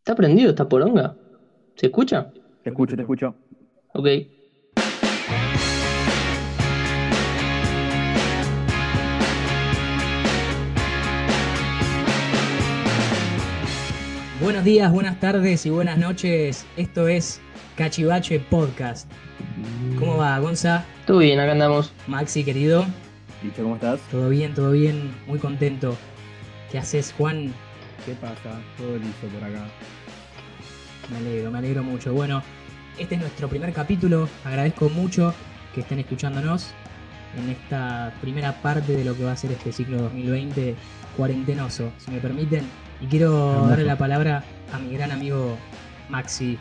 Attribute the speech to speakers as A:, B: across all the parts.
A: ¿Está prendido esta poronga? ¿Se escucha?
B: Te escucho, te escucho.
A: Ok.
C: Buenos días, buenas tardes y buenas noches. Esto es Cachivache Podcast. ¿Cómo va, Gonza?
A: Todo bien, acá andamos.
C: Maxi, querido.
B: Listo, ¿cómo estás?
C: Todo bien, todo bien. Muy contento. ¿Qué haces, Juan?
D: ¿Qué pasa? Todo listo por acá.
C: Me alegro, me alegro mucho. Bueno, este es nuestro primer capítulo. Agradezco mucho que estén escuchándonos en esta primera parte de lo que va a ser este ciclo 2020 cuarentenoso, si me permiten. Y quiero
D: Hermoso.
C: darle la palabra a mi gran amigo Maxi.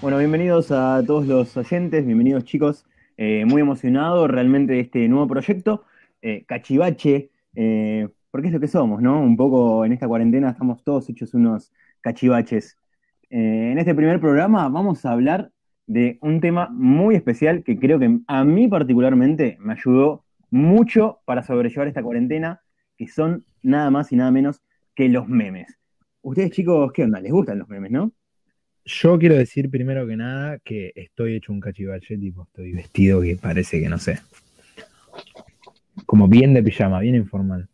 B: Bueno, bienvenidos a todos los oyentes, bienvenidos chicos. Eh, muy emocionado realmente de este nuevo proyecto, eh, Cachivache, eh, porque es lo que somos, ¿no? Un poco en esta cuarentena estamos todos hechos unos cachivaches. Eh, en este primer programa vamos a hablar de un tema muy especial que creo que a mí particularmente me ayudó mucho para sobrellevar esta cuarentena, que son nada más y nada menos que los memes. Ustedes chicos, ¿qué onda? ¿Les gustan los memes, no?
D: Yo quiero decir primero que nada que estoy hecho un cachivache, tipo, estoy vestido que parece que no sé. Como bien de pijama, bien informal.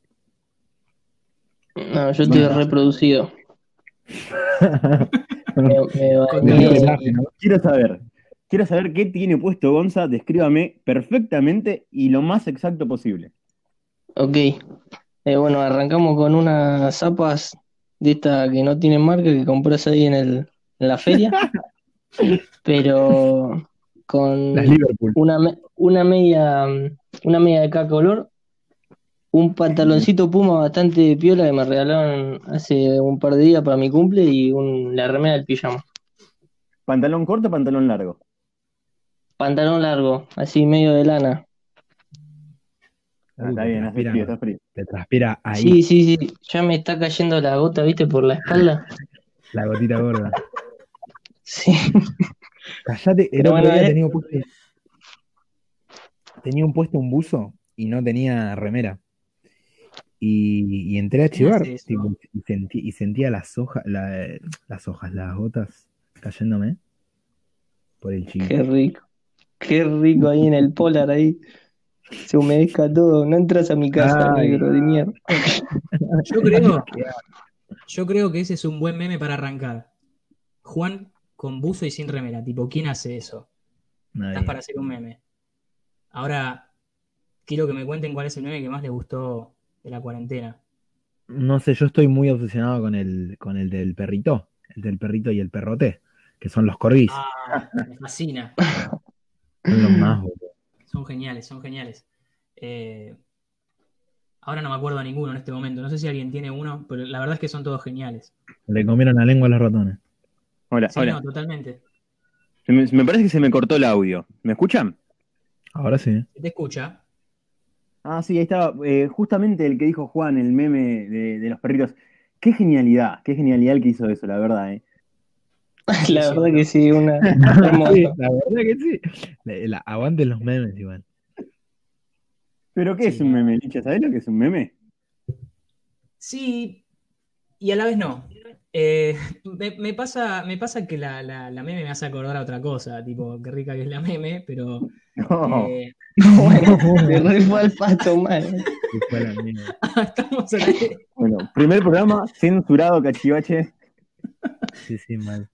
A: No, yo estoy
B: Bueno.
A: reproducido. Me, me
C: Bien.
D: Bien
A: bañé.
D: pelaje, ¿no?
B: Quiero saber, quiero saber qué tiene puesto Gonza, descríbame perfectamente y lo más exacto posible.
A: Ok. Eh, bueno, arrancamos con unas zapas de esta que no tienen marca que compras ahí en, el, en la feria. Pero con
D: Las Liverpool.
A: una, me- una media mm, una media de cada color, un pantaloncito puma bastante piola que me regalaron hace un par de días para mi cumple y un, la remera del pijama.
B: ¿Pantalón corto o pantalón largo?
A: Pantalón largo, así medio de lana.
B: Ah,
D: Uy,
B: está
D: te
B: bien, hace
D: transpira,
B: frío, está frío.
D: te transpira ahí
A: Sí, sí, sí, ya me está cayendo la gota, ¿viste? Por la espalda.
D: la gotita gorda.
A: Sí.
D: Callate, el
A: Pero
D: otro
A: bueno,
D: día
A: eh.
D: tenía puesto, tenía un puesto un buzo y no tenía remera. Y, y entré a
C: ¿Qué
D: chivar
C: haces,
D: tipo, y, sentí- y sentía las hojas, la- las hojas, las gotas cayéndome por el chivo.
A: Qué rico. Qué rico ahí en el polar, ahí. Se humedezca todo. No entras a mi casa,
D: Ay.
A: negro de mierda.
C: Yo creo, yo creo que ese es un buen meme para arrancar. Juan con buzo y sin remera. Tipo, ¿quién hace eso?
D: Nadie.
C: Estás para hacer un meme. Ahora, quiero que me cuenten cuál es el meme que más les gustó de la cuarentena.
D: No sé, yo estoy muy obsesionado con el, con el del perrito, el del perrito y el perrote, que son los corgis.
C: Ah, me fascina.
D: Son los más, boludo.
C: Son geniales, son geniales. Eh, ahora no me acuerdo de ninguno en este momento. No sé si alguien tiene uno, pero la verdad es que son todos geniales.
D: Le comieron la lengua a los ratones.
B: Hola,
C: Sí,
B: hola.
C: no, totalmente.
B: Se Me, me parece que se me cortó el audio. ¿Me escuchan?
D: Ahora sí. ¿eh?
C: Se te escucha.
B: Ah, sí, ahí estaba. eh, justamente el que dijo Juan, el meme de, de los perritos. Qué genialidad, qué genialidad el que hizo eso, la verdad, ¿eh?
A: La verdad que sí, una
D: Sí,
A: hermosa.
D: la verdad que sí. Le- la- aguanten los memes, igual.
B: ¿Pero qué es
C: Sí.
B: un meme, Licha? ¿Sabés lo que es un meme?
C: Sí, y a la vez no. Eh, me, me pasa, me pasa que la, la- la meme me hace acordar a otra cosa, tipo, qué rica que es la meme, pero
B: No.
C: eh,
A: Me re fue al pasto mal.
D: Que fue la mía.
C: estamos al aire.
B: Bueno, primer programa censurado, cachivache.
D: Sí, sí, mal.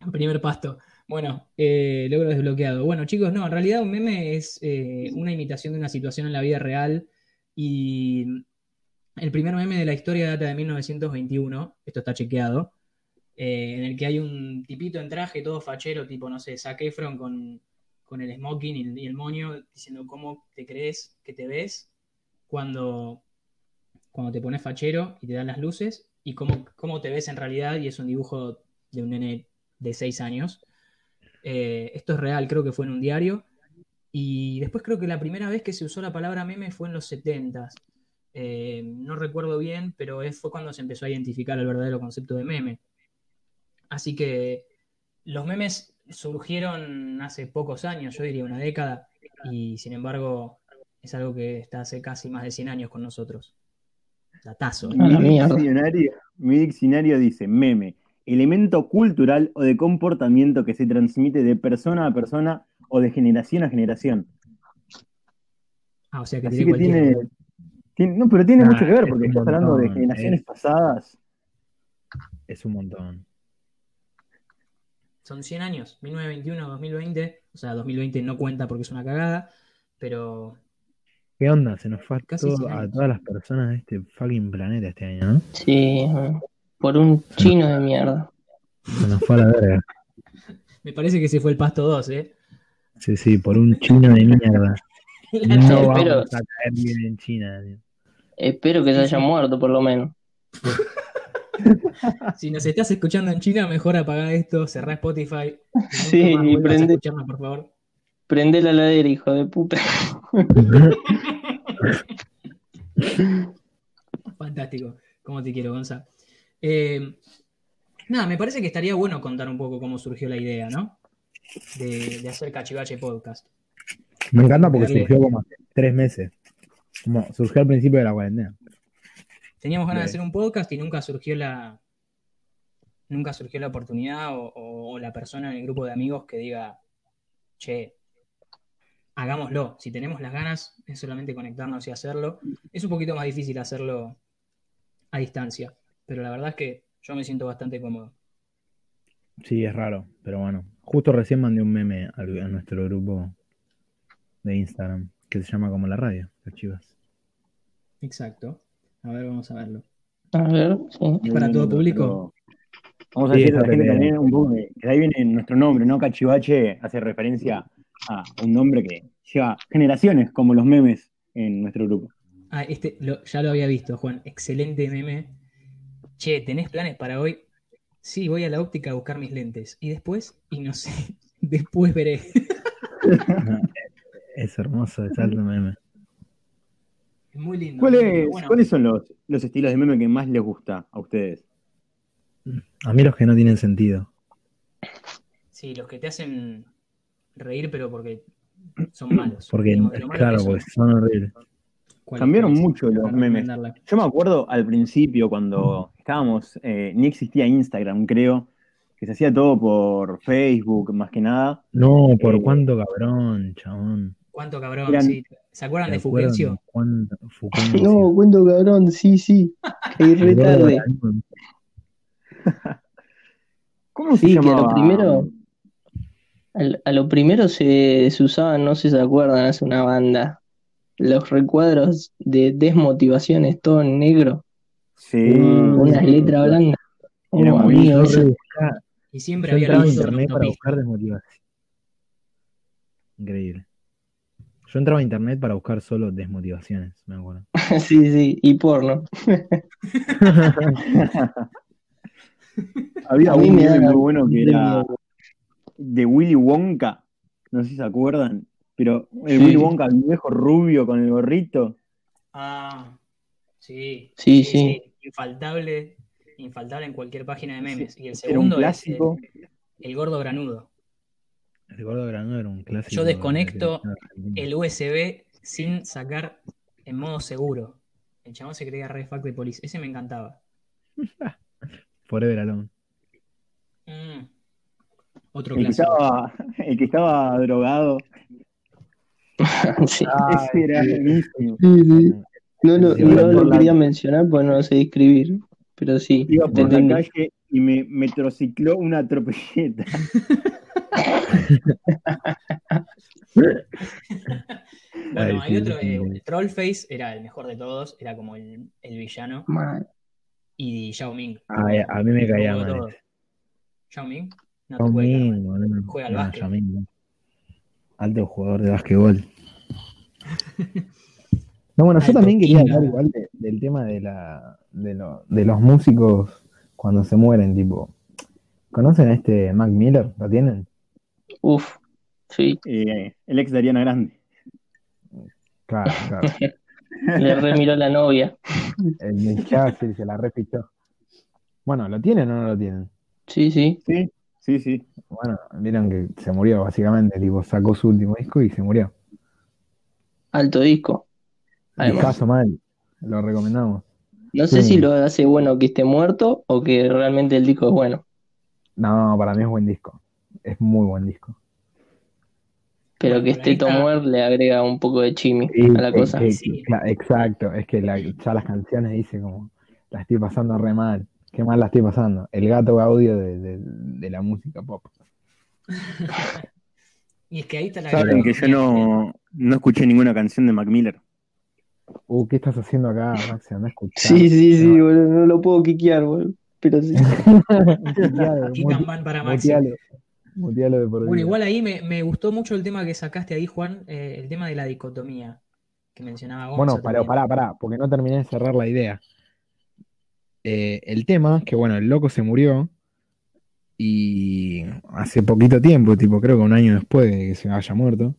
C: Primer pasto. Bueno, eh, logro desbloqueado. Bueno, chicos, no, en realidad un meme es eh, una imitación de una situación en la vida real y el primer meme de la historia data de 1921, esto está chequeado, eh, en el que hay un tipito en traje todo fachero, tipo, no sé, Zac Efron con, con el smoking y el, y el moño, diciendo cómo te crees que te ves cuando, cuando te pones fachero y te dan las luces y cómo, cómo te ves en realidad y es un dibujo de un nene de seis años. Eh, esto es real, creo que fue en un diario. Y después creo que la primera vez que se usó la palabra meme fue en los 70s. Eh, no recuerdo bien, pero es- fue cuando se empezó a identificar el verdadero concepto de meme. Así que los memes surgieron hace pocos años, yo diría una década, y sin embargo es algo que está hace casi más de 100 años con nosotros. Datazo. ¿eh?
A: A la
B: Mi
A: mierda.
B: diccionario, mi diccionario dice meme, elemento cultural o de comportamiento que se transmite de persona a persona o de generación a generación.
C: Ah, o sea que,
B: Así
C: tiré
B: que
C: cualquiera.
B: tiene, tiene- No, pero tiene
D: Nah,
B: mucho que ver
D: es
B: porque
D: un
B: estás hablando de
D: montón,
B: generaciones
D: es.
B: pasadas.
D: Es un montón.
C: Son 100 años, 1921, 2020. O sea, 2020 no cuenta porque es una cagada, pero
D: ¿Qué onda? Se nos fue a,
C: Casi
D: todo-
C: cien
D: a
C: años.
D: todas las personas de este fucking planeta este año, ¿no?
A: Sí, por un chino de mierda.
D: Se nos fue a la verga.
C: me parece que se fue el pasto 2, ¿eh?
D: Sí, sí, por un chino de mierda.
C: La
D: No
A: Pero-
D: vamos a caer bien en China. tío.
A: Espero que se haya muerto, por lo menos.
C: Si nos estás escuchando en China, mejor apagá esto, cerrá Spotify. Nunca
A: Sí,
C: más
A: y
C: vuelvas a
A: prende.
C: escucharnos, por favor.
A: Prende la ladera, hijo de puta.
C: Fantástico. ¿Cómo te quiero, Gonza? Eh, nada, me parece que estaría bueno contar un poco cómo surgió la idea, ¿no? De, de hacer Cachivache Podcast.
D: Me encanta porque
C: Dale.
D: surgió como hace tres meses. Como surgió al principio de la cuarentena.
C: Teníamos ganas de
D: Bien.
C: hacer un podcast y nunca surgió la. Nunca surgió la oportunidad o, o- o la persona en el grupo de amigos que diga, che, hagámoslo. Si tenemos las ganas, es solamente conectarnos y hacerlo. Es un poquito más difícil hacerlo a distancia, pero la verdad es que yo me siento bastante cómodo.
D: Sí, es raro, pero bueno. Justo recién mandé un meme al- a, nuestro grupo de Instagram que se llama como la radio, los chivas.
C: Exacto. A ver, vamos a verlo.
A: A ver, sí.
C: ¿Es para todo público?
B: Eh, Pero Vamos a
D: Sí,
B: decir a la
D: está
B: gente
D: bien.
B: también un poco que, que ahí viene nuestro nombre, ¿no? Cachivache hace referencia a un nombre que lleva generaciones, como los memes en nuestro grupo.
C: Ah, este lo- ya lo había visto, Juan. Excelente meme. Che, ¿tenés planes para hoy? Sí, voy a la óptica a buscar mis lentes. Y después, y no sé, después veré.
D: Es hermoso, es alto meme.
C: Es muy lindo.
B: ¿Cuál
C: muy
B: es-
C: lindo. Bueno,
B: ¿Cuáles son los, los estilos de meme que más les gusta a ustedes?
D: A mí los que no tienen sentido.
C: Sí, los que te hacen reír, pero porque son malos.
D: Porque,
C: Digamos que lo malo
D: claro, pues,
C: que son.
D: porque son horribles.
C: ¿Cuál-
B: Cambiaron
C: cuál es?
B: mucho los
C: Para
B: memes.
C: recomendarla.
B: Yo me acuerdo al principio cuando estábamos, eh, ni existía Instagram, creo, que se hacía todo por Facebook, más que nada.
D: No,
B: Eh,
D: por cuánto cabrón, chabón.
C: ¿Cuánto cabrón?
B: Eran-
C: sí. ¿Se acuerdan de
D: ¿Se acuerdan
C: Fulgencio?
D: cuánto- Fulgencio?
A: No, cuento cabrón, sí, sí. Caí
D: El
A: re
D: gordo
A: tarde.
D: Guaraní.
B: ¿Cómo se
A: Sí, que a lo
B: llamaba?
A: primero- Al- A lo primero se, se usaban, no sé si se acuerdan, hace una banda. Los recuadros de desmotivaciones, todo en negro,
B: Sí.
D: Mm,
A: eh, unas letras blancas.
B: Era
A: Oh,
B: muy
A: amigo,
D: Yo
A: eso-
D: rebuscaba-
C: Y siempre
D: yo
C: había
D: entraba a
C: algo sobre
D: internet para
C: autopista.
D: buscar desmotivación. Increíble. Yo entraba a internet para buscar solo desmotivaciones, me acuerdo.
A: sí, sí, y porno.
B: Había
A: A mí
B: un
A: me
B: meme
A: da
B: muy bueno que
A: de
B: era
A: miedo.
B: de Willy Wonka, no sé si se acuerdan, pero el
A: Sí.
B: Willy Wonka, el viejo rubio con el gorrito.
C: Ah, sí.
A: Sí, sí.
C: Infaltable, infaltable en cualquier página de memes. Y
B: Era un
C: el segundo es eh,
B: clásico.
C: el gordo granudo.
D: El gordo granudo era un clásico.
C: Yo desconecto
D: de la televisión argentina.
C: El USB sin sacar en modo seguro. El chabón se creía red fact de police. Ese me encantaba.
D: Forever Alone.
C: Mm. Otro
B: El que,
C: clásico.
B: estaba, el que estaba drogado.
A: Ah, Sí.
B: Ese era buenísimo.
A: Sí, sí. No, lo-
D: Sí,
A: no
B: ahora por
A: lo
B: la-
A: quería mencionar porque no lo sé describir, pero sí,
B: Iba
A: te
B: por la
A: entendí.
B: calle y me metrocicló una tropelleta.
C: Bueno,
D: Ay, sí,
C: el otro,
D: sí,
C: eh,
D: sí.
C: Trollface era el mejor de todos, era como el, el villano.
A: Mal.
C: Y Xiao Ming.
D: Ay, a mí me caía
C: Todo,
D: mal
C: todo.
D: este.
C: Xiao Ming, no te
D: Yo
C: puede caer mal.
D: mismo, boludo.
C: Juega al
D: No,
C: básquet.
D: yo mismo. Alto jugador de básquetbol. No, bueno, yo
C: Alto
D: también quería
C: quinga.
D: hablar igual de- del tema de, la, de, lo- de los músicos cuando se mueren, tipo. ¿Conocen a este Mac Miller? ¿Lo tienen?
A: Uf, sí,
B: Eh, el ex de Ariana Grande.
D: Claro, claro.
A: le remiró la novia.
D: El muchacho se la repichó. Bueno, ¿lo tienen o no lo tienen?
A: Sí, sí.
B: Sí, sí, sí.
D: Bueno, vieron que se murió básicamente, tipo, sacó su último disco y se murió.
A: Alto disco. Además.
D: Discazo mal, lo recomendamos.
A: No sé
D: Sí. Mm.
A: si lo hace bueno que esté muerto o que realmente el disco es bueno.
D: No, para mí es buen disco. Es muy buen disco.
A: Pero que
C: Bueno, ahí
A: esté Tom
C: está.
A: Ware le agrega un poco de chimi
D: Sí,
A: a la
D: eh,
A: cosa.
D: eh,
C: Sí.
D: cla- Exacto, es que la- ya las canciones dice como, la estoy pasando re mal, qué mal la estoy pasando. El gato Gaudio de, de- de la música pop.
C: Y es que ahí está la
B: Saben que yo no, no escuché ninguna canción de Mac Miller.
D: Uh, ¿qué estás haciendo acá, Maxi? Anda a escuchar.
A: Sí, sí, sí, boludo, no lo puedo quiquear, boludo. Pero sí.
D: Mutealo,
C: Aquí
D: muti-
C: Kanban para Maxi.
D: mutealo. Mutealo de por
C: Bueno,
D: vida.
C: igual ahí me, me gustó mucho el tema que sacaste ahí, Juan, eh, el tema de la dicotomía que mencionaba Gonza
D: Bueno, pará,
C: también.
D: pará, pará, porque no terminé de cerrar la idea. Eh, el tema es que, bueno, el loco se murió y hace poquito tiempo, tipo, creo que un año después de que se haya muerto,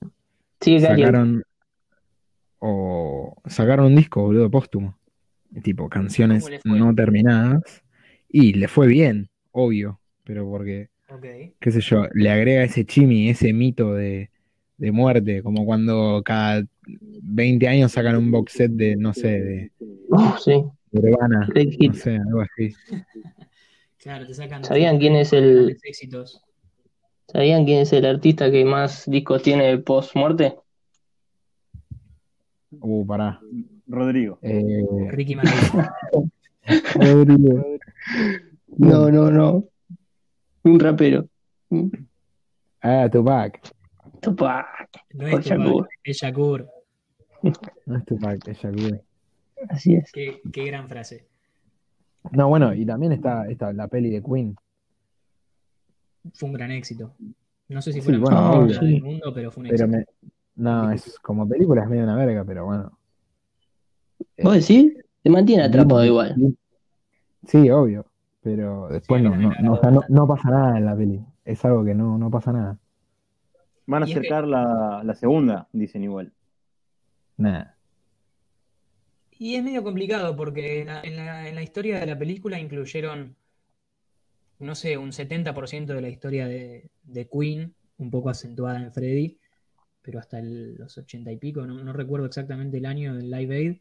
A: Sigue caliente.
D: sacaron o sacaron un disco, boludo, póstumo. Tipo, canciones
C: ¿Cómo le fue?
D: no terminadas y le fue bien, obvio, pero porque
C: Ok.
D: qué sé yo, le agrega ese chimi, ese mito de, de muerte, como cuando cada 20 años sacan un box set de, no sé, de
A: Uf, sí.
D: Urbana,
A: Great
D: no
A: hit.
D: sé, algo así.
C: Claro, te sacan.
A: ¿Sabían quién es el-
C: grandes éxitos.
A: ¿Sabían quién es el artista que más discos tiene post muerte?
D: Uh, pará.
B: Rodrigo.
D: Eh,
C: Ricky Martin.
D: Rodrigo.
A: No, no, no. Un rapero.
D: Ah, Tupac.
A: Tupac.
C: No
A: Por
C: es Tupac,
A: Shakur.
C: es Shakur.
D: No es Tupac, es Shakur.
A: Así es.
C: Qué, qué gran frase.
D: No, bueno, y también está, está la peli de Queen.
C: Fue un gran éxito. No sé si
D: Sí,
C: fue la
D: bueno,
C: mejor
A: obvio.
C: película del mundo, pero fue un éxito.
D: Pero me- no, es como película es medio una verga, pero bueno.
A: ¿Vos decís? Te mantiene atrapado igual.
D: Sí, obvio. Pero después
C: Sí,
D: no, no,
C: claro.
D: no, o sea, no- no pasa nada en la peli. Es algo que no, no pasa nada.
B: Van a
C: Y es que-
B: acercar la, la segunda, dicen igual.
D: Nada.
C: Y es medio complicado porque en la, en la- en la historia de la película incluyeron, no sé, un 70% de la historia de, de Queen, un poco acentuada en Freddy, pero hasta el- los 80 y pico, no, no recuerdo exactamente el año del Live Aid.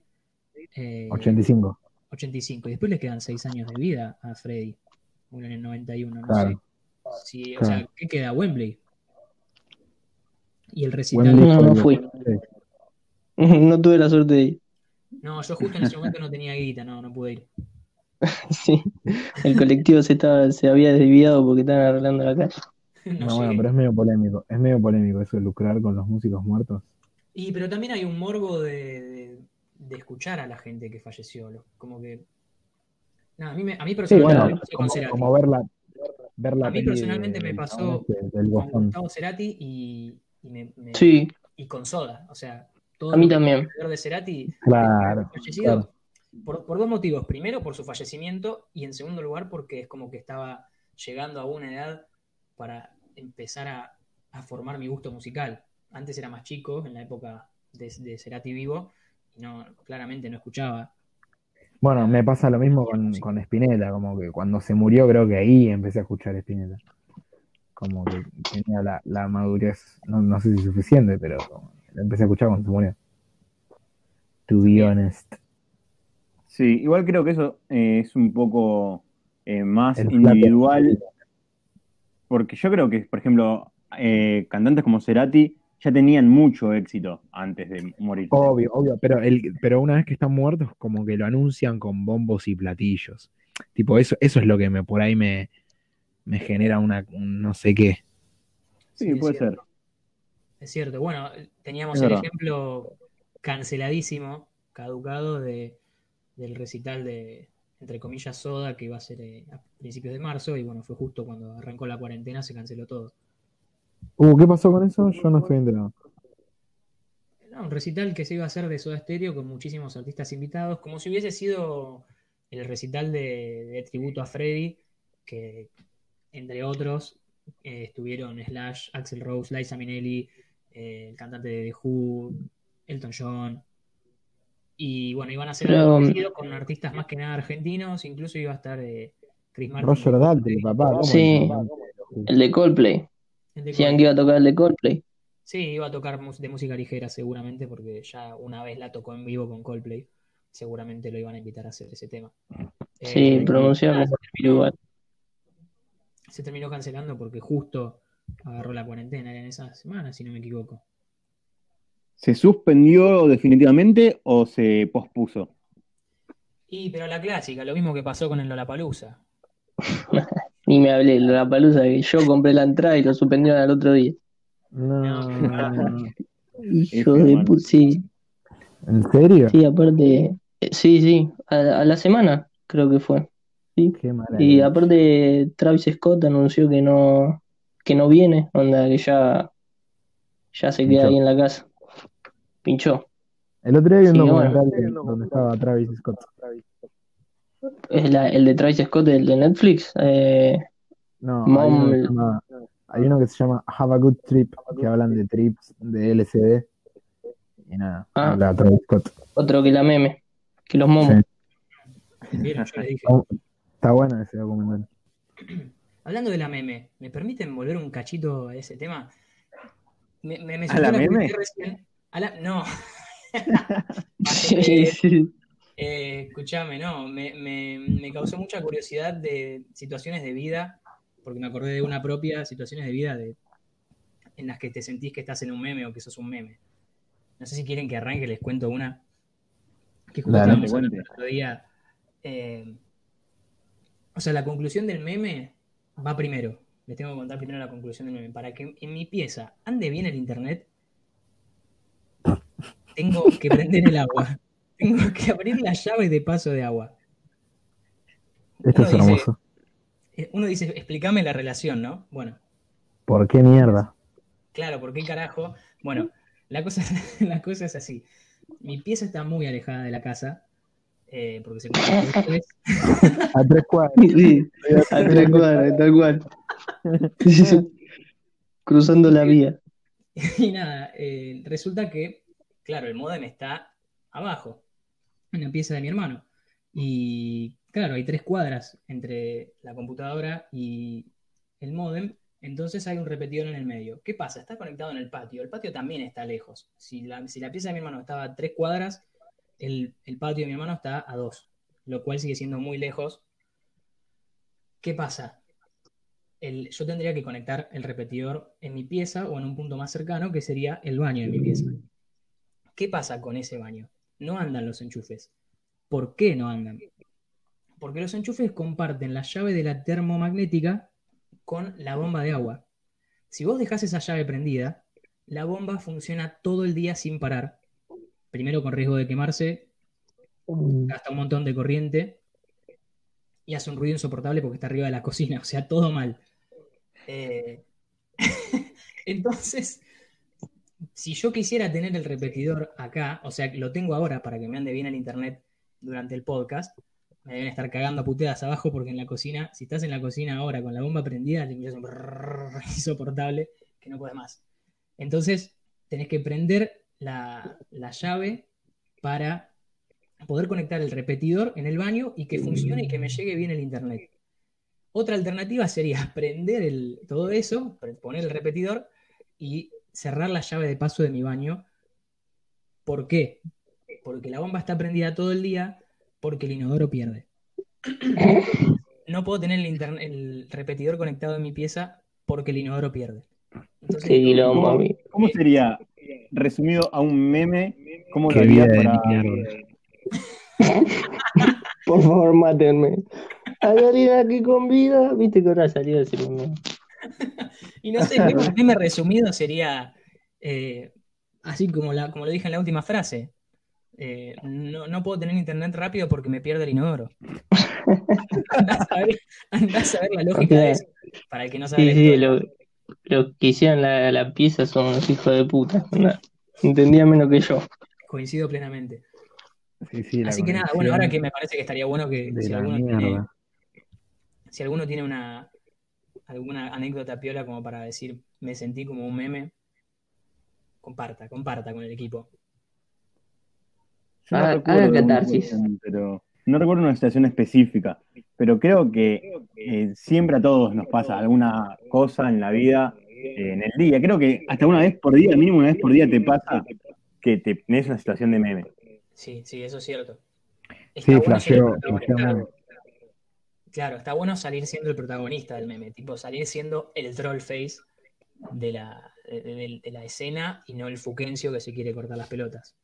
C: eh,
D: 85.
C: 85. Y después le quedan 6 años de vida a Freddy. Uno en el 91, no
D: Claro.
C: sé. Sí, o
D: Claro.
C: sea, ¿qué queda? Wembley. Y el recital.
D: Buen disco,
A: No, no
D: boludo.
A: fui.
D: Sí.
A: No tuve la suerte de ir.
C: No, yo justo en ese momento no tenía guita, no, no pude ir.
A: Sí. El colectivo se estaba, se había desviado porque estaban arreglando la calle.
C: No
D: No, Ah, bueno,
C: llegué.
D: pero es medio polémico. Es medio polémico eso de lucrar con los músicos muertos.
C: Y pero también hay un morbo de, de- de escuchar a la gente que falleció. lo- Como que. No, a mí, me- a mí personalmente
A: bueno,
C: me pasó con
D: como,
C: Cerati.
D: como ver la, ver la
C: A mí
D: peli
C: personalmente
D: de-
C: me
D: del
C: pasó
D: chabón este, del
C: Con
D: Guasón.
C: Gustavo Cerati y, y, me- me-
A: Sí,
C: y con Soda. O sea, todo
A: a mí
C: lo que
A: también.
C: alrededor de Cerati
D: Claro,
C: fallecido
D: claro.
C: por, por dos motivos. Primero, por su fallecimiento y en segundo lugar, porque es como que estaba llegando a una edad para empezar a, a formar mi gusto musical. Antes era más chico, en la época de, de Cerati vivo, y no, claramente no escuchaba.
D: Bueno, me pasa lo mismo con, con Spinetta, como que cuando se murió creo que ahí empecé a escuchar Spinetta. Como que tenía la, la madurez, no, no sé si suficiente, pero como que la empecé a escuchar cuando se murió. To be honest.
B: Sí, igual creo que eso eh, es un poco eh, más
D: El plato.
B: individual, porque yo creo que, por ejemplo, eh, cantantes como Cerati ya tenían mucho éxito antes de morir.
D: Obvio, obvio, pero, el, pero una vez que están muertos, como que lo anuncian con bombos y platillos. Tipo, eso, eso es lo que me por ahí me, me genera una un no sé qué.
B: Sí,
C: es
B: puede
C: cierto.
B: ser.
C: Es cierto. Bueno, teníamos
B: Es
C: el
B: verdad.
C: ejemplo canceladísimo, caducado, de, del recital de, entre comillas, Soda, que iba a ser eh, a principios de marzo, y bueno, fue justo cuando arrancó la cuarentena, se canceló todo.
D: Uh, ¿qué pasó con eso? Yo no estoy enterado.
C: No, un recital que se iba a hacer de Soda Stereo con muchísimos artistas invitados, como si hubiese sido el recital de, de tributo a Freddy, que entre otros eh, estuvieron Slash, Axel Rose, Liza Minnelli, eh, el cantante de The Who, Elton John. Y bueno, iban a hacer
A: Pero-
C: algo parecido con artistas más que nada argentinos, incluso iba a estar eh, Chris Martin.
D: Roger Daltrey, papá. ¿cómo
A: Sí.
D: papá?
A: El de Coldplay.
C: El de
A: Decían que iba a tocar el de Coldplay.
C: Sí, iba a tocar mus- de música ligera seguramente, porque ya una vez la tocó en vivo con Coldplay. Seguramente lo iban a invitar a hacer ese tema.
A: Sí,
C: Eh,
A: pronunciaba como el Uruguay.
C: se terminó cancelando porque justo agarró la cuarentena en esa semana, si no me equivoco.
B: ¿Se suspendió definitivamente o se pospuso?
C: Y pero la clásica, lo mismo que pasó con el Lollapalooza.
A: Ni me hablé, la palusa que yo compré la entrada y lo suspendieron al otro día.
D: No, no, no.
A: Hijo de
B: hermano.
A: pu- sí,
D: ¿En serio?
A: sí, aparte, eh, sí, sí, a, a la semana creo que fue.
D: Qué
A: Y
D: maravilla.
A: aparte Travis Scott anunció que no, que no viene, onda que ya, ya se queda
D: Pinchó.
A: ahí en la casa. Pinchó.
D: El otro día vi un
A: Sí,
D: documental de- donde estaba Travis Scott.
A: Es la- el de Travis Scott, el de Netflix. eh,
D: No, hay
A: Mom-
D: uno, que se llama, hay uno que se llama Have a Good Trip, que hablan de trips, de LCD. Y nada,
A: Ah.
D: habla Travis Scott.
A: otro que la meme, que los momos.
D: Sí.
C: Vieron, yo les dije.
D: Está bueno ese documental.
C: Hablando de la meme, ¿me permiten volver un cachito a ese tema? Me, me, me
B: ¿A
C: surgió
B: la meme?
C: curiosidad recién. A la- no,
A: Sí, sí.
C: eh, escúchame, no, me, me- me causó mucha curiosidad de situaciones de vida, porque me acordé de una propia, situaciones de vida de, en las que te sentís que estás en un meme o que sos un meme. No sé si quieren que arranque, les cuento una. Que justo
D: Dale,
C: estábamos
B: te
C: hablando
B: cuente.
C: el otro día. Eh, o sea, la conclusión del meme va primero. Les tengo que contar primero la conclusión del meme. Para que en mi pieza ande bien el internet, tengo que prender el agua. Tengo que abrir la llave de paso de agua.
D: Esto es
C: dice-
D: hermoso.
C: Eh, Uno dice, explícame la relación, ¿no? Bueno,
D: ¿Por qué mierda?
C: claro, ¿por qué carajo? Bueno, la cosa, la cosa es así. Mi pieza está muy alejada de la casa, eh, porque se encuentra en Buenos Aires.
D: A tres cuadras.
A: Sí, a tres cuadras, tal cual. Sí, sí. Cruzando la vía.
C: Y nada, eh, resulta que, claro, el modem está abajo, en la pieza de mi hermano. Y claro, hay tres cuadras entre la computadora y el modem, entonces hay un repetidor en el medio. ¿Qué pasa? Está conectado en el patio. El patio también está lejos. Si la, si la pieza de mi hermano estaba a tres cuadras, el, el patio de mi hermano está a dos, lo cual sigue siendo muy lejos. ¿Qué pasa? el- yo tendría que conectar el repetidor en mi pieza o en un punto más cercano, que sería el baño de mi pieza. ¿Qué pasa con ese baño? No andan los enchufes. ¿Por qué no andan? Porque los enchufes comparten la llave de la termomagnética con la bomba de agua. Si vos dejás esa llave prendida, la bomba funciona todo el día sin parar. Primero con riesgo de quemarse,
A: Mm.
C: gasta un montón de corriente y hace un ruido insoportable porque está arriba de la cocina, o sea, todo mal. Eh, Entonces, si yo quisiera tener el repetidor acá, o sea, que lo tengo ahora para que me ande bien el internet durante el podcast, me deben estar cagando a puteadas abajo porque en la cocina, si estás en la cocina ahora con la bomba prendida, te empieza un brrrr insoportable que no puedes más. Entonces, tenés que prender la, la llave para poder conectar el repetidor en el baño y que funcione y que me llegue bien el internet. Otra alternativa sería prender el, todo eso, pre- poner el repetidor y cerrar la llave de paso de mi baño. ¿Por qué? Porque la bomba está prendida todo el día porque el inodoro pierde.
D: ¿Eh?
C: No puedo tener el, interne- el repetidor conectado en mi pieza porque el inodoro pierde. Entonces,
A: Qué quilombo, amigo.
B: ¿Cómo sería, resumido a un meme, cómo lo
D: Qué
B: harías
D: vida de
B: para...
D: mierda.
A: Por favor, mátenme. Hay alguien aquí con vida. Viste que ahora salió ese meme.
C: Y no sé, un meme resumido sería, eh, así como, la, como lo dije en la última frase, eh, no, no puedo tener internet rápido porque me pierde el inodoro. andás, a ver, andás a ver la lógica de eso, para el que no sabe.
A: Sí,
C: la
A: sí,
C: historia.
A: lo- los que hicieron la, la pieza son unos hijos de puta. No, entendían menos que yo.
C: Coincido plenamente.
D: Sí, sí, la
C: Así que nada, bueno,
D: conexión
C: ahora que me parece que estaría bueno que
D: de
C: si
D: la
C: alguno, tiene,
D: mierda.
C: si alguno tiene una alguna anécdota piola como para decir me sentí como un meme, comparta, comparta con el equipo.
B: Yo no
A: Haga-
B: recuerdo
A: haga
B: de una
A: catarsis.
B: situación, pero no recuerdo una situación específica, pero creo que eh, siempre a todos nos pasa alguna cosa en la vida, eh, en el día. Creo que hasta una vez por día, mínimo una vez por día te pasa que te tenés una situación de meme.
C: Sí, sí, eso es cierto.
D: Sí,
C: bueno
D: flasheo,
C: llegar a
D: flasheo
C: protagonizar.
D: meme.
C: Claro, está bueno salir siendo el protagonista del meme, tipo salir siendo el troll face de la, de, de- de la escena y no el fuquencio que se quiere cortar las pelotas.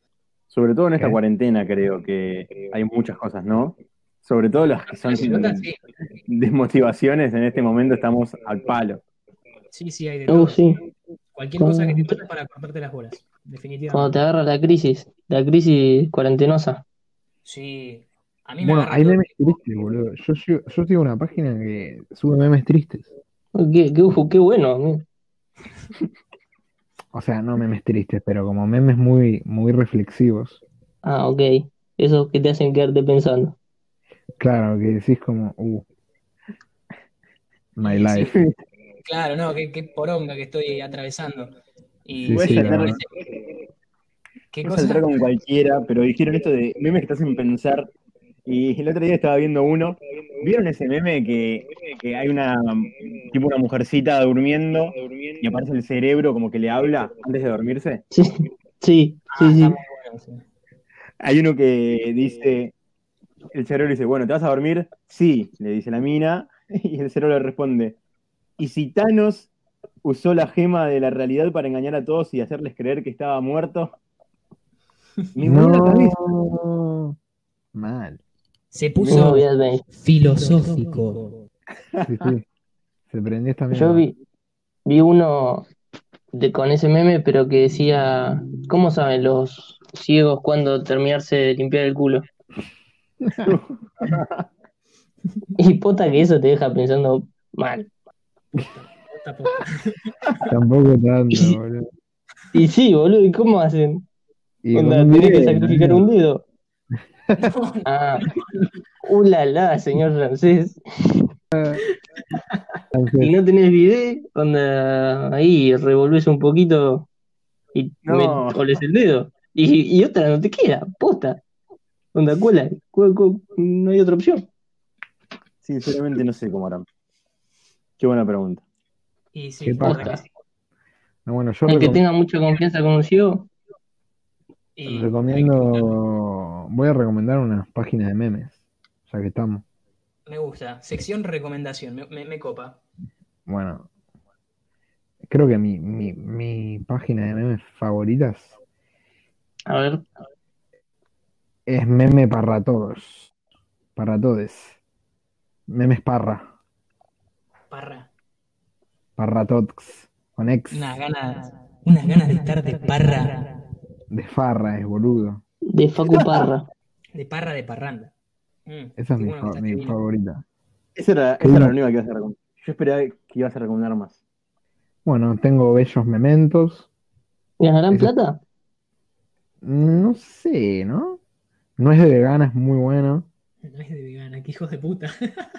B: Sobre todo en esta
D: Ok.
B: cuarentena creo que hay muchas cosas, ¿no? Sobre todo las que son
C: Las pelotas, Ah, sí,
B: desmotivaciones, en este momento estamos al palo.
C: sí, sí, hay de todo.
A: Oh, sí.
C: Cualquier cosa que te
A: Con-
C: pasa para cortarte las bolas, definitivamente.
A: Cuando te agarra la crisis, la crisis cuarentenosa.
C: Sí, a mí me
D: Bueno,
C: agarra
D: hay
C: todo.
D: memes tristes, boludo. Yo, yo, yo sigo una página que sube memes tristes.
A: Oh, Qué, qué, uf, qué bueno. amigo.
D: O sea, no memes tristes, pero como memes muy, muy reflexivos.
A: Ah, ok. Esos que te hacen quedarte pensando.
D: Claro, que decís como, uh, my
C: Sí.
D: life.
C: Claro, no, qué, qué poronga que estoy atravesando. Y
D: Sí,
B: Puedes
D: sí,
C: me
B: saltar,
D: verdad.
C: parece- ¿Qué
B: puedes
C: cosa?
B: saltar con cualquiera, pero dijeron esto de memes que te hacen pensar. Y el otro día estaba viendo uno. ¿Vieron ese meme que, que hay una tipo una mujercita durmiendo y aparece el cerebro como que le habla antes de dormirse?
A: Sí, sí,
C: Ah,
A: sí,
C: está
A: sí.
C: muy bueno, sí.
B: Hay uno que dice, el cerebro dice, bueno, ¿te vas a dormir? Sí, le dice la mina, y el cerebro le responde, ¿y si Thanos usó la gema de la realidad para engañar a todos y hacerles creer que estaba muerto? Me voló la cabeza.
D: No. Mal.
C: Se
A: No,
C: puso
A: olvídate.
C: filosófico.
D: Sí, sí. Se prendió esta mierda.
A: Yo vi, vi uno de, con ese meme, pero que decía, ¿cómo saben los ciegos cuándo terminarse de limpiar el culo? Y pota que eso te deja pensando mal.
C: Posta, posta.
D: Tampoco tanto, boludo.
A: Y sí, boludo, ¿y cómo hacen?
D: Y
A: Onda,
D: con un
A: tenés que
D: dedo,
A: sacrificar
D: boludo.
A: un dedo.
C: No,
A: Ah, ulala, señor francés. Y no tenés bidet, onda, ahí revolves un poquito y
B: No.
A: met- olés el dedo. Y, y otra no te queda, posta. Onda, ¿cuál hay? ¿Cuál- cuál- no hay otra opción.
B: Sinceramente no sé cómo harán. Qué buena pregunta.
C: Y sí,
D: Qué
C: posta
A: paja.
C: que sí.
D: No, bueno, yo
A: El que
D: recom-
A: tenga mucha confianza con un E ciego,
C: Y-
D: recomiendo. Voy a recomendar unas páginas de memes, ya que estamos.
C: Me gusta. Sección recomendación, me, me- me copa.
D: Bueno, creo que mi, mi, mi página de memes favoritas
A: a ver,
D: es Meme para Todos. Para Todes. Memes Parra.
C: Parra.
D: Parra Tots. Con ex.
C: Unas ganas, unas ganas de estar de parra.
D: De farra es boludo.
A: de Facu Parra.
C: De parra de parranda. Mm,
D: Esa es
C: qué
D: mi,
C: bueno que
D: fa-
C: estás,
D: mi
C: divino.
D: favorita.
B: Esa era,
D: Qué
B: esa era
D: buena.
B: la única que ibas a recomendar. Yo esperaba que ibas a recomendar más.
D: Bueno, tengo bellos mementos.
A: ¿Ganarán
D: Ese-
A: plata?
D: No sé, ¿no? No es de vegana, es muy bueno.
C: No es de vegana, qué hijos de puta.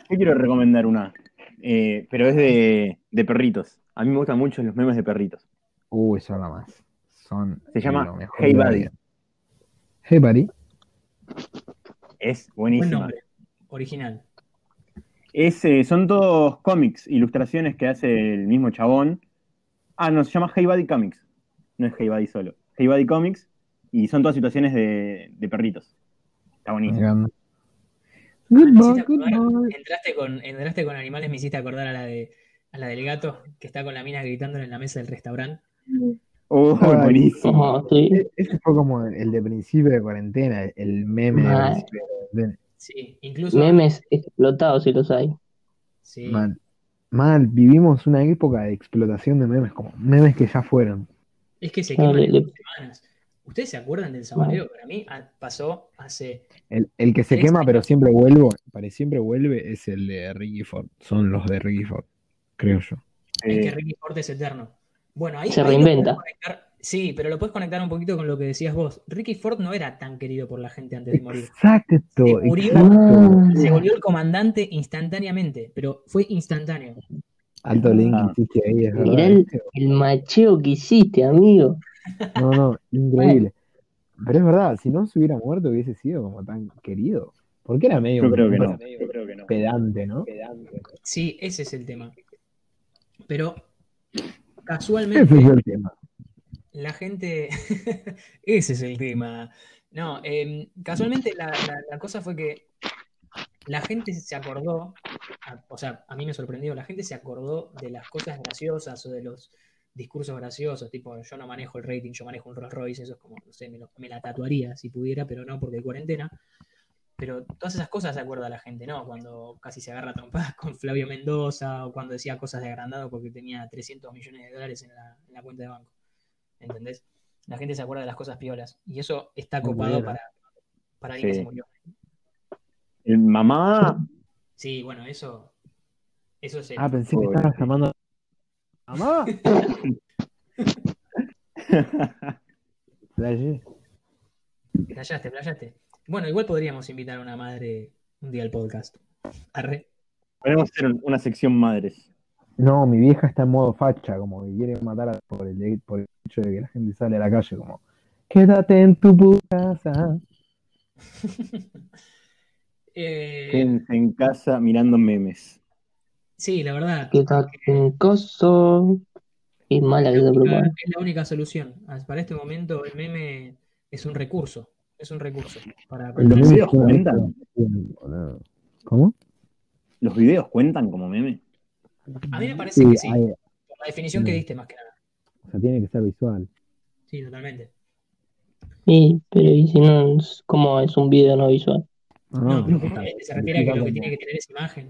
B: Yo quiero recomendar una, eh, pero es de, de perritos. A mí me gustan mucho los memes de perritos.
D: Uy, son la más. Son
B: Se llama
D: lo mejor
B: Hey
D: de la
B: Buddy.
D: vida. Hey Buddy.
B: Es
C: Buen
B: buenísima.
C: nombre. Original.
B: Es, eh, son todos cómics, ilustraciones que hace el mismo chabón. Ah, no, se llama Hey Buddy Comics. No es Hey Buddy solo. Hey Buddy Comics. Y son todas situaciones de, de perritos. Está
D: Me
B: buenísimo.
D: encanta.
C: Ah,
D: Good
C: Me
D: boy,
C: hiciste
D: good
C: acordar-
D: boy.
C: Entraste con, entraste con animales, me hiciste acordar a la de a la del gato que está con la mina gritándole en la mesa del restaurante.
B: Oh,
D: Ay.
B: buenísimo.
A: No, sí.
D: E- Ese fue como el de principio de cuarentena, el meme de
A: Mal.
D: principio de cuarentena.
C: Sí, incluso.
A: Memes explotados si los hay.
C: Sí.
D: Mal. Mal, vivimos una época de explotación de memes, como memes que ya fueron.
C: Es que se
A: No,
C: queman
A: le- le-
C: las semanas. ¿Ustedes se acuerdan del sabanero? Para mí ah, pasó hace.
D: El, el que se
C: Tres
D: quema
C: años.
D: pero siempre vuelvo, para siempre vuelve es el de Ricky Ford. Son los de Ricky Ford, creo yo.
C: Es que
B: Eh,
C: Ricky Ford es eterno. Bueno, ahí.
A: Se
C: ahí lo
A: reinventa.
C: podés conectar- Sí, pero lo puedes conectar un poquito con lo que decías vos. Ricky Ford no era tan querido por la gente antes de morir.
D: Exacto,
C: Se murió. Ah.
D: exacto.
C: Se volvió el comandante instantáneamente, pero fue instantáneo.
D: Alto link
B: Ah.
D: que hiciste ahí, es verdad.
A: Mirá el, el macheo que hiciste, amigo.
D: No, no, increíble. Pero es verdad, si no se hubiera muerto hubiese sido como tan querido. Porque era medio
B: yo creo que
D: un
B: no.
D: pedante, ¿no?
C: Sí, ese es el tema. Pero casualmente
D: Ese es el tema.
C: la gente. em, Ese es el tema. No, eh, casualmente la, la- la cosa fue que la gente se acordó, a- o sea, a mí me sorprendió, la gente se acordó de las cosas graciosas o de los discursos graciosos, tipo, yo no manejo el rating, yo manejo un Rolls Royce, eso es como, no sé, me, lo- me la tatuaría si pudiera, pero no porque hay cuarentena. Pero todas esas cosas se acuerda la gente, ¿no? Cuando casi se agarra a trompadas con Flavio Mendoza o cuando decía cosas de agrandado porque tenía 300 millones de dólares en la, en la cuenta de banco. ¿Entendés? La gente se acuerda de las cosas piolas. Y eso está
D: Muy
C: copado
D: bien.
C: para, para alguien que
B: Sí.
C: se murió.
B: El Eh, mamá.
C: Sí, bueno, eso. Eso es el-
D: Ah, pensé que estabas llamando. ¡Mamá! Flashe.
C: Playaste, playaste. Bueno, igual podríamos invitar a una madre un día al podcast. Arre.
B: Podemos hacer una sección madres.
D: No, mi vieja está en modo facha, como que quiere matar a- por el, por el hecho de que la gente sale a la calle, como, quédate en tu puta casa.
C: Eh,
B: Quédense en casa mirando memes.
C: sí, la verdad.
A: Quédate en coso. Qué mala que te
C: única-
A: propone.
C: es la única solución. As- Para este momento el meme es un recurso. Es un recurso. Para,
B: Los
D: memes
B: videos
D: tienen
B: cuentan.
D: esto, boludo. ¿Cómo?
B: ¿Los videos cuentan como meme?
C: a mí me parece que sí.
D: hay-
C: Por la definición que
D: Mm.
C: diste más que nada.
D: o sea, tiene que ser visual.
C: Sí, totalmente.
A: Sí, pero y si no, es como es un video no visual.
C: No,
D: Ah,
C: pero justamente se refiere a que lo que
D: Como-
C: tiene que tener es imagen.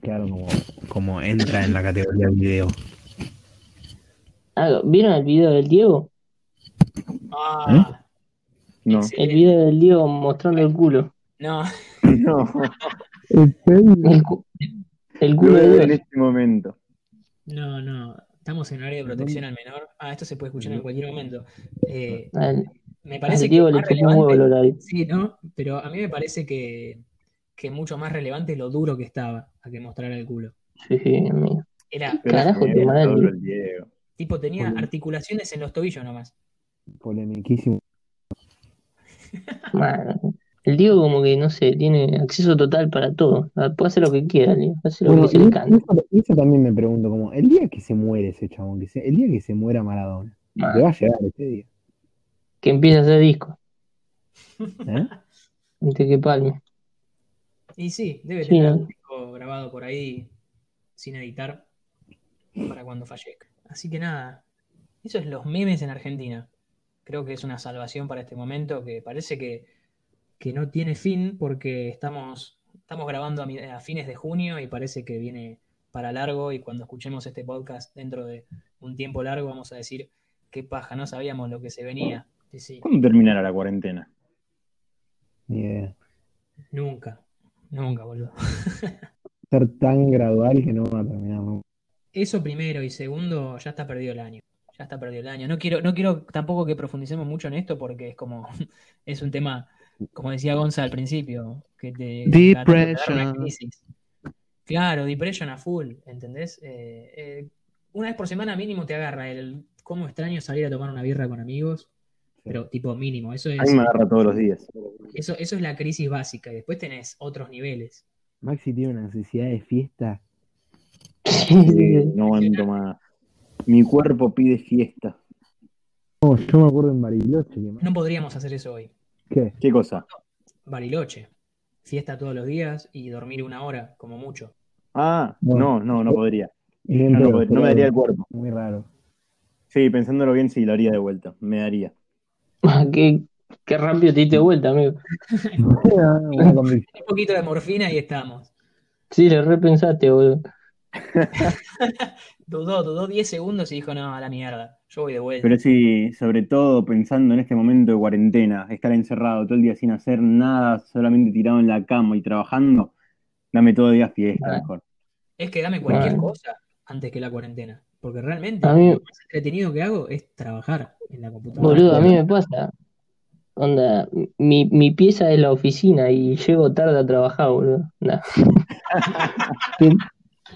D: Claro, como, como entra en la categoría video.
A: Ah, ¿vieron el video del Diego?
C: Ah,
B: No.
C: Sí.
A: El video del Diego mostrando el culo.
C: no.
B: No.
A: El, cu- el
B: Lo
A: culo
B: voy a
A: de
B: ver en
A: Dios.
B: este momento.
C: No, no, estamos en área de protección al menor. Ah, esto se puede escuchar en cualquier momento. Eh,
A: Al,
C: me
A: al
C: parece que
A: Diego le
C: más
A: chupó un huevo el
C: relevante-
A: horario.
C: sí, ¿no? Pero a mí me parece que, que mucho más relevante lo duro que estaba a que mostrar el culo.
A: Sí, sí, amigo.
C: Era,
A: Carajo,
B: Pero
A: te mandé el-
B: todo el Diego.
C: tipo, tenía
D: Boludo.
C: articulaciones en los tobillos nomás.
D: Polemiquísimo.
A: Man, El Diego como que, no sé, tiene acceso total para todo. Ah, Puede hacer lo que quiera, Leo. Hace lo
D: Bueno,
A: que se
D: y-
A: le
D: y
A: cante.
D: eso, y eso también me pregunto, como, el día que se muere ese chabón, que se- el día que se muera Maradona,
C: Ah.
A: Man,
D: le va a llegar ese día.
A: que empiece a hacer disco.
D: ¿Eh?
A: Antes que palme.
C: Y sí, debe
A: Sí,
C: tener
A: ¿no?
C: un disco grabado por ahí sin editar para cuando fallezca. Así que nada, eso es los memes en Argentina. Creo que es una salvación para este momento que parece que, que no tiene fin porque estamos, estamos grabando a, mi- a fines de junio y parece que viene para largo y cuando escuchemos este podcast dentro de un tiempo largo vamos a decir, qué paja, no sabíamos lo que se venía. Sí, sí,
B: ¿Cuándo terminará la cuarentena?
D: Ni idea.
C: nunca, nunca, boludo.
D: Ser tan gradual que no va a terminar nunca.
C: Eso primero y segundo, ya está perdido el año. Ya está perdido el año. No quiero, no quiero tampoco que profundicemos mucho en esto porque es como, es un tema, como decía Gonza al principio, que te está tratando de dar una
E: Depression.
C: crisis. Claro, depression a full, ¿entendés? Eh, eh, una vez por semana mínimo te agarra el cómo extraño salir a tomar una birra con amigos, pero tipo mínimo, eso
B: A mí
C: es,
B: me agarra todos los días.
C: eso, eso es la crisis básica y después tenés otros niveles.
D: Maxi tiene una necesidad de fiesta.
B: Eh, no aguanto más. Mi cuerpo pide fiesta.
D: No, Oh, yo me acuerdo en Bariloche. Que,
C: No podríamos hacer eso hoy.
D: ¿Qué?
B: ¿Qué cosa?
C: Bariloche. Fiesta todos los días y dormir una hora, como mucho.
B: Ah,
D: Bueno.
B: no, no, no podría.
D: Y
B: No,
D: dentro
B: no
D: del
B: podría. No me daría el cuerpo.
D: Muy raro.
B: Sí, pensándolo bien, sí, lo haría de vuelta. Me daría.
A: Ah, Qué, qué rápido te diste vuelta, amigo.
D: Una convicción.
C: Un poquito de morfina y estamos.
A: Sí, lo repensaste, boludo.
C: Dudó, dudó 10 segundos y dijo, no, a la mierda, yo voy de vuelta.
B: Pero sí, sobre todo pensando en este momento de cuarentena, estar encerrado todo el día sin hacer nada, solamente tirado en la cama y trabajando, dame todo el día fiesta
A: Ah.
B: mejor.
C: Es que dame cualquier
A: Claro.
C: cosa antes que la cuarentena. Porque realmente
A: A mí-
C: lo más entretenido que hago es trabajar en la computadora.
A: Boludo, a mí me pasa. Onda, mi, mi pieza es la oficina y llego tarde a trabajar, boludo. Nah. Ten-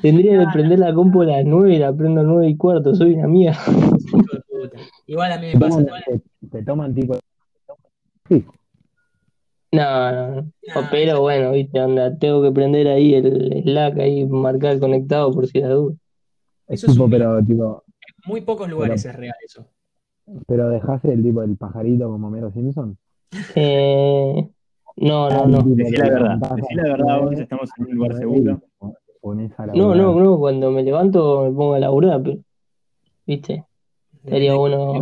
A: Tendría que prender la compu a las 9 y la prendo a 9 y cuarto, soy una mierda.
C: Hijo de puta. Igual a mí
D: Te
C: me pasa.
D: toman-
C: toda la-
D: te- Te toman tipo.
A: No, no, no.
C: Nah,
A: Pero bueno, viste, onda, tengo que prender ahí el Slack, ahí marcar conectado por si la duda.
D: Es
C: Eso es
D: tipo,
C: un-
D: pero tipo.
C: Muy pocos lugares es real eso.
D: Pero dejaste el tipo el pajarito como Mero Simpson.
A: Eh, No, no, no.
B: Decí la verdad, decí la verdad, vos estamos en un lugar seguro.
D: Ponés a
A: No,
D: laburar.
A: no, no, cuando me levanto me pongo a laburar, pero, ¿viste? Estaría bueno.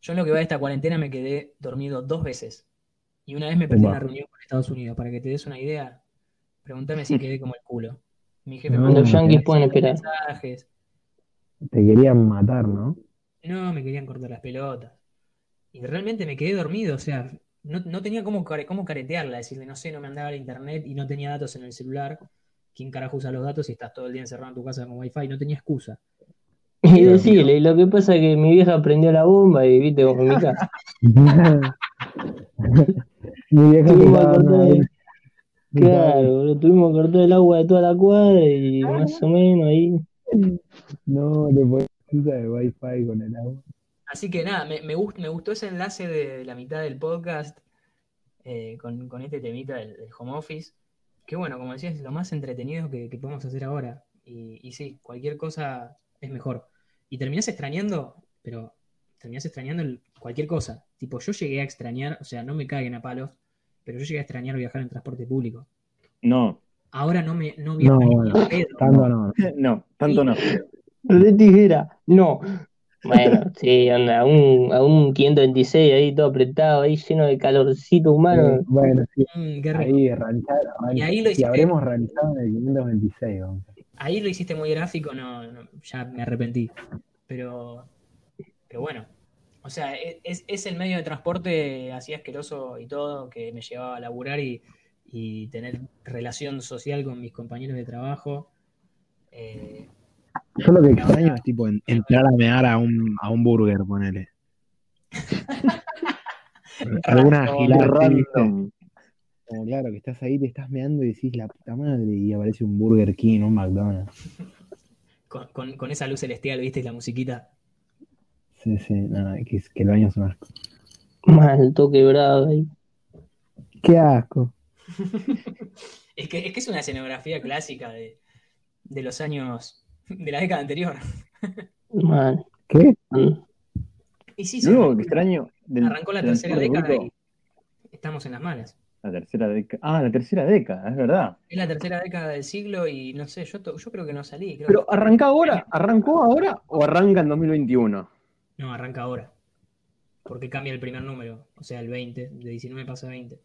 C: Yo en lo que va de esta cuarentena me quedé dormido dos veces. Y una vez me perdí
D: Upa.
C: una reunión con Estados Unidos. Para que te des una idea, pregúntame si quedé como el culo. Mi jefe
D: No,
C: me
A: Los
D: no,
A: Hmm. yankees
D: no.
A: pueden esperar.
C: mensajes.
D: Te querían matar, ¿no?
C: No, me querían cortar las pelotas. Y realmente me quedé dormido, o sea, no, no tenía cómo, care- cómo caretearla, decirle, no sé, no me andaba el internet y no tenía datos en el celular. ¿Quién carajo usa los datos si estás todo el día encerrado en tu casa con wifi? No tenía excusa.
A: Y decirle, y lo que pasa es que mi vieja prendió la bomba y viste como en mi casa.
D: Mi vieja te
A: Tuvimos que
D: daba una-
A: cortar el- Claro, boludo, tuvimos que cortar el agua de toda la cuadra y más o menos ahí.
D: No, le pones excusa de wifi con el agua.
C: Así que nada, me, me, gust- me gustó ese enlace de la mitad del podcast eh, con, con este temita del, del home office. Que bueno, como decía, es lo más entretenido que, que podemos hacer ahora. Y, y sí, cualquier cosa es mejor. Y terminás extrañando, pero terminás extrañando el- cualquier cosa. Tipo, yo llegué a extrañar, o sea, no me caguen a palos, pero yo llegué a extrañar viajar en transporte público.
B: No,
C: Ahora no me no viajo ni
D: bueno,
C: en pedo.
D: Tanto no.
B: no, tanto no.
A: Re tijera, no. Bueno, sí, anda, un, a un 526 ahí todo apretado, ahí lleno de calorcito humano.
D: Eh, Bueno, sí,
C: Mm, qué rico.
D: ahí ranchar, ranchar.
C: Y ahí lo
D: Si
C: hiciste.
D: habremos ranchado en el 526, vamos.
C: Ahí lo hiciste muy gráfico, no, no, ya me arrepentí. Pero, pero bueno, o sea, e- es, es el medio de transporte así asqueroso y todo que me llevaba a laburar y, y tener relación social con mis compañeros de trabajo. Eh,
E: Yo lo que extraño es tipo en- entrar a mear a un, a un burger, ponele. Alguna
B: No,
E: gilada así, ¿viste?
B: random.
E: Como claro, que estás ahí, te estás meando y decís la puta madre y aparece un Burger King, un McDonald's.
C: con, con- con esa luz celestial, ¿viste? Y la musiquita.
E: Sí, sí, nada, que, es- que el baño es un asco.
A: Mal, todo quebrado ahí.
D: Qué asco.
C: Es que es, que es una escenografía clásica de, de los años, de la década anterior.
A: Mal.
D: ¿Qué?
C: Y sí, sí,
B: Luego, que extraño. del-
C: arrancó la
B: del
C: tercera
B: transporte
C: década y
B: público.
C: estamos en las malas.
B: La tercera década. Ah, la tercera década, es verdad.
C: Es la tercera década del siglo y no sé, yo, to- yo creo que no salí. creo
B: Pero
C: que-
B: arranca ahora, arrancó ahora o arranca en 2021.
C: No, arranca ahora. Porque cambia el primer número, o sea, el 20, de 19 pasa a 20.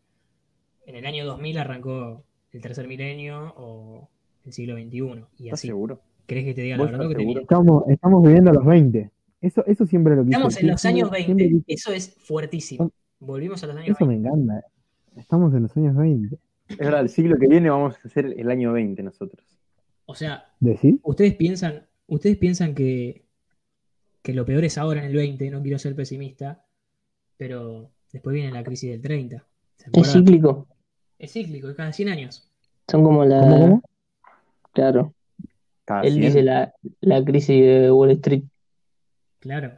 C: En el año 2000 arrancó el tercer milenio o el siglo XXI. Y
B: ¿Estás
C: así.
B: seguro?
C: ¿Crees que te diga la
B: ¿Vos estás
C: verdad? o que te
B: seguro?
C: miento?
D: Estamos, estamos viviendo los 20. Eso, eso siempre lo quise.
C: Estamos en
D: Sie-
C: los años
D: siempre-
C: 20.
D: siempre quise-
C: Eso es fuertísimo. Volvimos a los años
D: Eso
C: 20.
D: me encanta. eh. Estamos en los años 20.
B: Es verdad, el siglo que viene vamos a hacer el año 20 nosotros.
C: O sea,
D: ¿Decís?
C: ustedes piensan, ustedes piensan que, que lo peor es ahora en el 20, no quiero ser pesimista, pero después viene la crisis del 30. ¿Se
A: Es
C: acuerdan?
A: cíclico.
C: Es cíclico, es cada 100 años.
A: Son como la.
D: ¿Cómo, cómo?
A: Claro.
B: Cada
A: Él
B: 100.
A: dice la, la crisis de Wall Street.
C: Claro.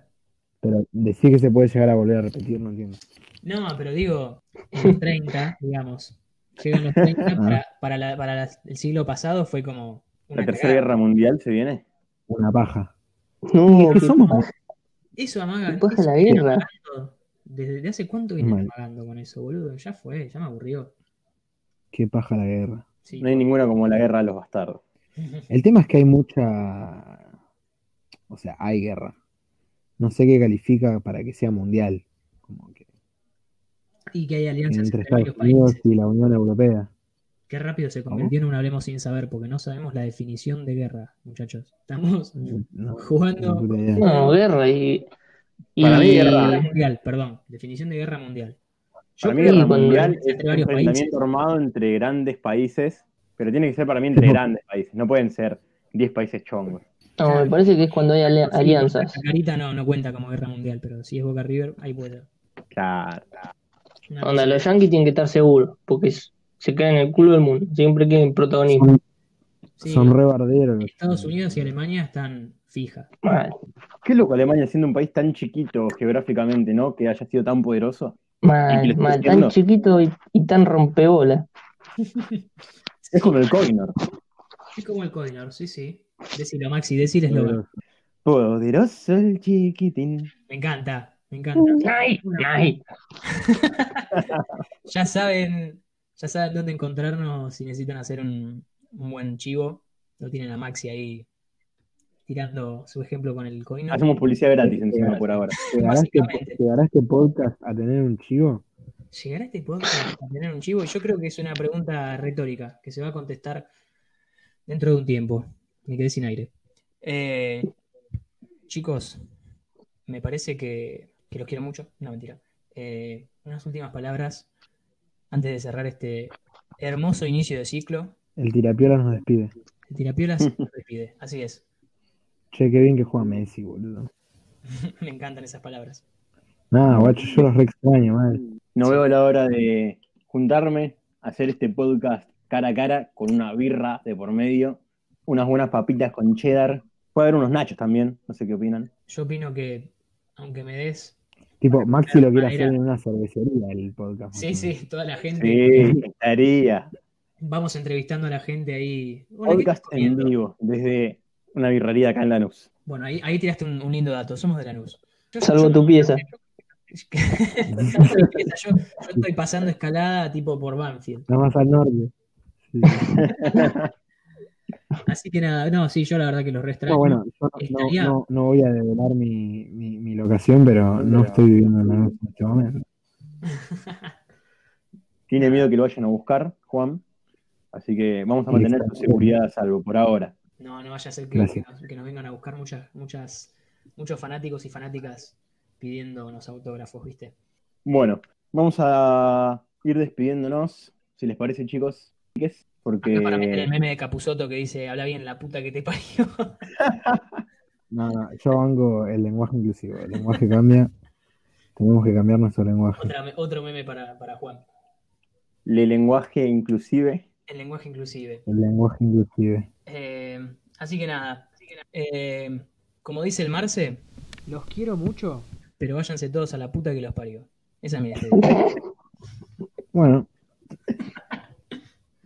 D: Pero decir que se puede llegar a volver a repetir, no entiendo.
C: No, pero digo, en los 30, digamos. Llegan los 30,
B: Ah.
C: para, para, la- para la- el siglo pasado fue como una
B: La tercera
C: cagada.
B: guerra mundial se viene.
D: Una paja.
A: No,
D: Pero
A: que
D: somos
C: Eso amagan.
A: después de
C: eso
A: la
C: vienen
A: guerra.
C: amagando. ¿Desde hace cuánto vienen
D: Mal.
C: amagando con eso, boludo? Ya fue, ya me aburrió.
D: Qué paja la guerra.
C: Sí.
B: No hay ninguna como la guerra de los bastardos.
D: El tema es que hay mucha. O sea, hay guerra. No sé qué califica para que sea mundial. Como que
C: Y que hay alianzas
D: entre
C: entre, varios
D: Estados Unidos
C: países.
D: y la Unión Europea.
C: Qué rápido se convirtió en un hablemos sin saber, porque no sabemos la definición de guerra, muchachos. Estamos
B: Mm.
D: No,
C: jugando.
D: ni puta idea.
A: No, guerra y. y-
B: Para mí guerra.
C: Guerra mundial, perdón. Definición de guerra mundial. Yo
B: Para mí,
C: creo
B: guerra
C: que
A: cuando-
B: mundial es
C: entre
B: un
C: varios países.
B: enfrentamiento armado entre grandes países, pero tiene que ser para mí entre grandes países. No pueden ser 10 países chongos.
A: No, me parece que es cuando hay ale-
C: Sí,
A: alianzas.
C: La carita no, no cuenta como guerra mundial, pero si es Boca River, ahí puede.
B: Claro.
C: Una
A: Onda,
C: cosa-
A: los yankees tienen que estar seguros, porque s- se quedan en el culo del mundo. Siempre quieren protagonismo.
C: sí,
D: Son re barderos.
C: Estados Unidos y Alemania están fijas.
A: Mal,
B: Qué loco Alemania siendo un país tan chiquito geográficamente, ¿no? Que haya sido tan poderoso. ¿Y
A: mal,
B: lo estoy
A: mal.
B: diciendo?
A: Tan chiquito y, y tan rompebola.
B: Es como el Coinor.
C: Es como el Coinor, sí, sí. Decilo, Maxi, decilo es lo
D: Poderoso.
B: Poderoso el chiquitín.
C: Me encanta. Me encanta.
A: Night, night.
C: Ya saben, ya saben dónde encontrarnos si necesitan hacer un, un buen chivo. Lo tienen a Maxi ahí tirando su ejemplo con el coin.
B: Hacemos publicidad gratis encima por ahora.
D: ¿Llegará este,
C: Básicamente.
D: llegará este podcast a tener un chivo?
C: ¿Llegará este podcast a tener un chivo? Yo creo que es una pregunta retórica que se va a contestar dentro de un tiempo. Me quedé sin aire. Eh, chicos, me parece que, que los quiero mucho. No, mentira. Eh, unas últimas palabras antes de cerrar este hermoso inicio de ciclo.
D: El tirapiola nos despide.
C: El Tirapiolas se despide. Así es.
D: Che, qué bien que juega Messi, boludo.
C: Me encantan esas palabras.
D: Nada, guacho, yo los re extraño, mal.
B: No veo la hora de juntarme, hacer este podcast cara a cara con una birra de por medio, unas buenas papitas con cheddar. Puede haber unos nachos también, no sé qué opinan.
C: Yo opino que, aunque me des.
D: Tipo, Maxi lo quiere
C: Manera.
D: hacer en una cervecería el podcast.
C: Sí, sí, toda la gente.
B: Sí, estaría.
C: Vamos entrevistando a la gente ahí. Hola, ¿qué
B: Podcast en
C: estás comiendo?
B: vivo, desde una birrería acá en Lanús.
C: Bueno, ahí, ahí tiraste un, un lindo dato. Somos de Lanús. Yo-
A: Salvo
C: yo-
A: tu pieza.
C: Salvo mi pieza. yo, yo estoy pasando escalada tipo por Banfield.
D: Nada más al norte. Sí.
C: Así que nada, no, sí, yo la verdad que los restos.
D: No, bueno, yo no- no,
C: Estaría-
D: no- no voy a develar mi, mi, mi locación, pero no estoy viviendo en la noche en este momento.
B: Tiene miedo que lo vayan a buscar, Juan. Así que vamos a mantener su seguridad a salvo por ahora.
C: No, no vaya a ser que,
D: Gracias.
C: que nos, que nos vengan a buscar muchas, muchas, muchos fanáticos y fanáticas pidiéndonos autógrafos, ¿viste?
B: Bueno, vamos a ir despidiéndonos, si les parece, chicos. Porque
C: Acá para meter el meme de Capuzoto que dice, habla bien la puta que te parió.
D: No, no, yo banco el lenguaje inclusivo. El lenguaje cambia. Tenemos que cambiar nuestro lenguaje.
C: Otra- otro meme para, para Juan.
B: le lenguaje inclusive.
C: El lenguaje inclusive.
D: El lenguaje inclusive.
C: Eh, así que nada, Eh, como dice el Marce, los quiero mucho, pero váyanse todos a la puta que los parió. Esa es mi despedida.
D: Bueno.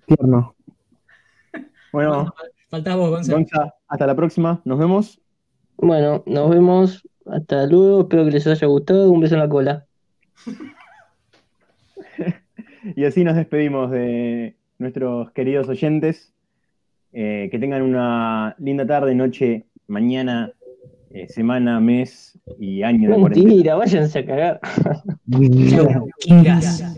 D: Tierno.
B: Bueno,
C: Faltás vos, Gonzalo.
B: Gonza, hasta la próxima. Nos vemos.
A: Bueno, nos vemos. Hasta luego. Espero que les haya gustado. Un beso en la cola.
B: Y así nos despedimos de nuestros queridos oyentes. Eh, que tengan una linda tarde, noche, mañana, eh, semana, mes y año de cuarentena.
A: Mentira, váyanse a cagar.
C: Chau, Quilas.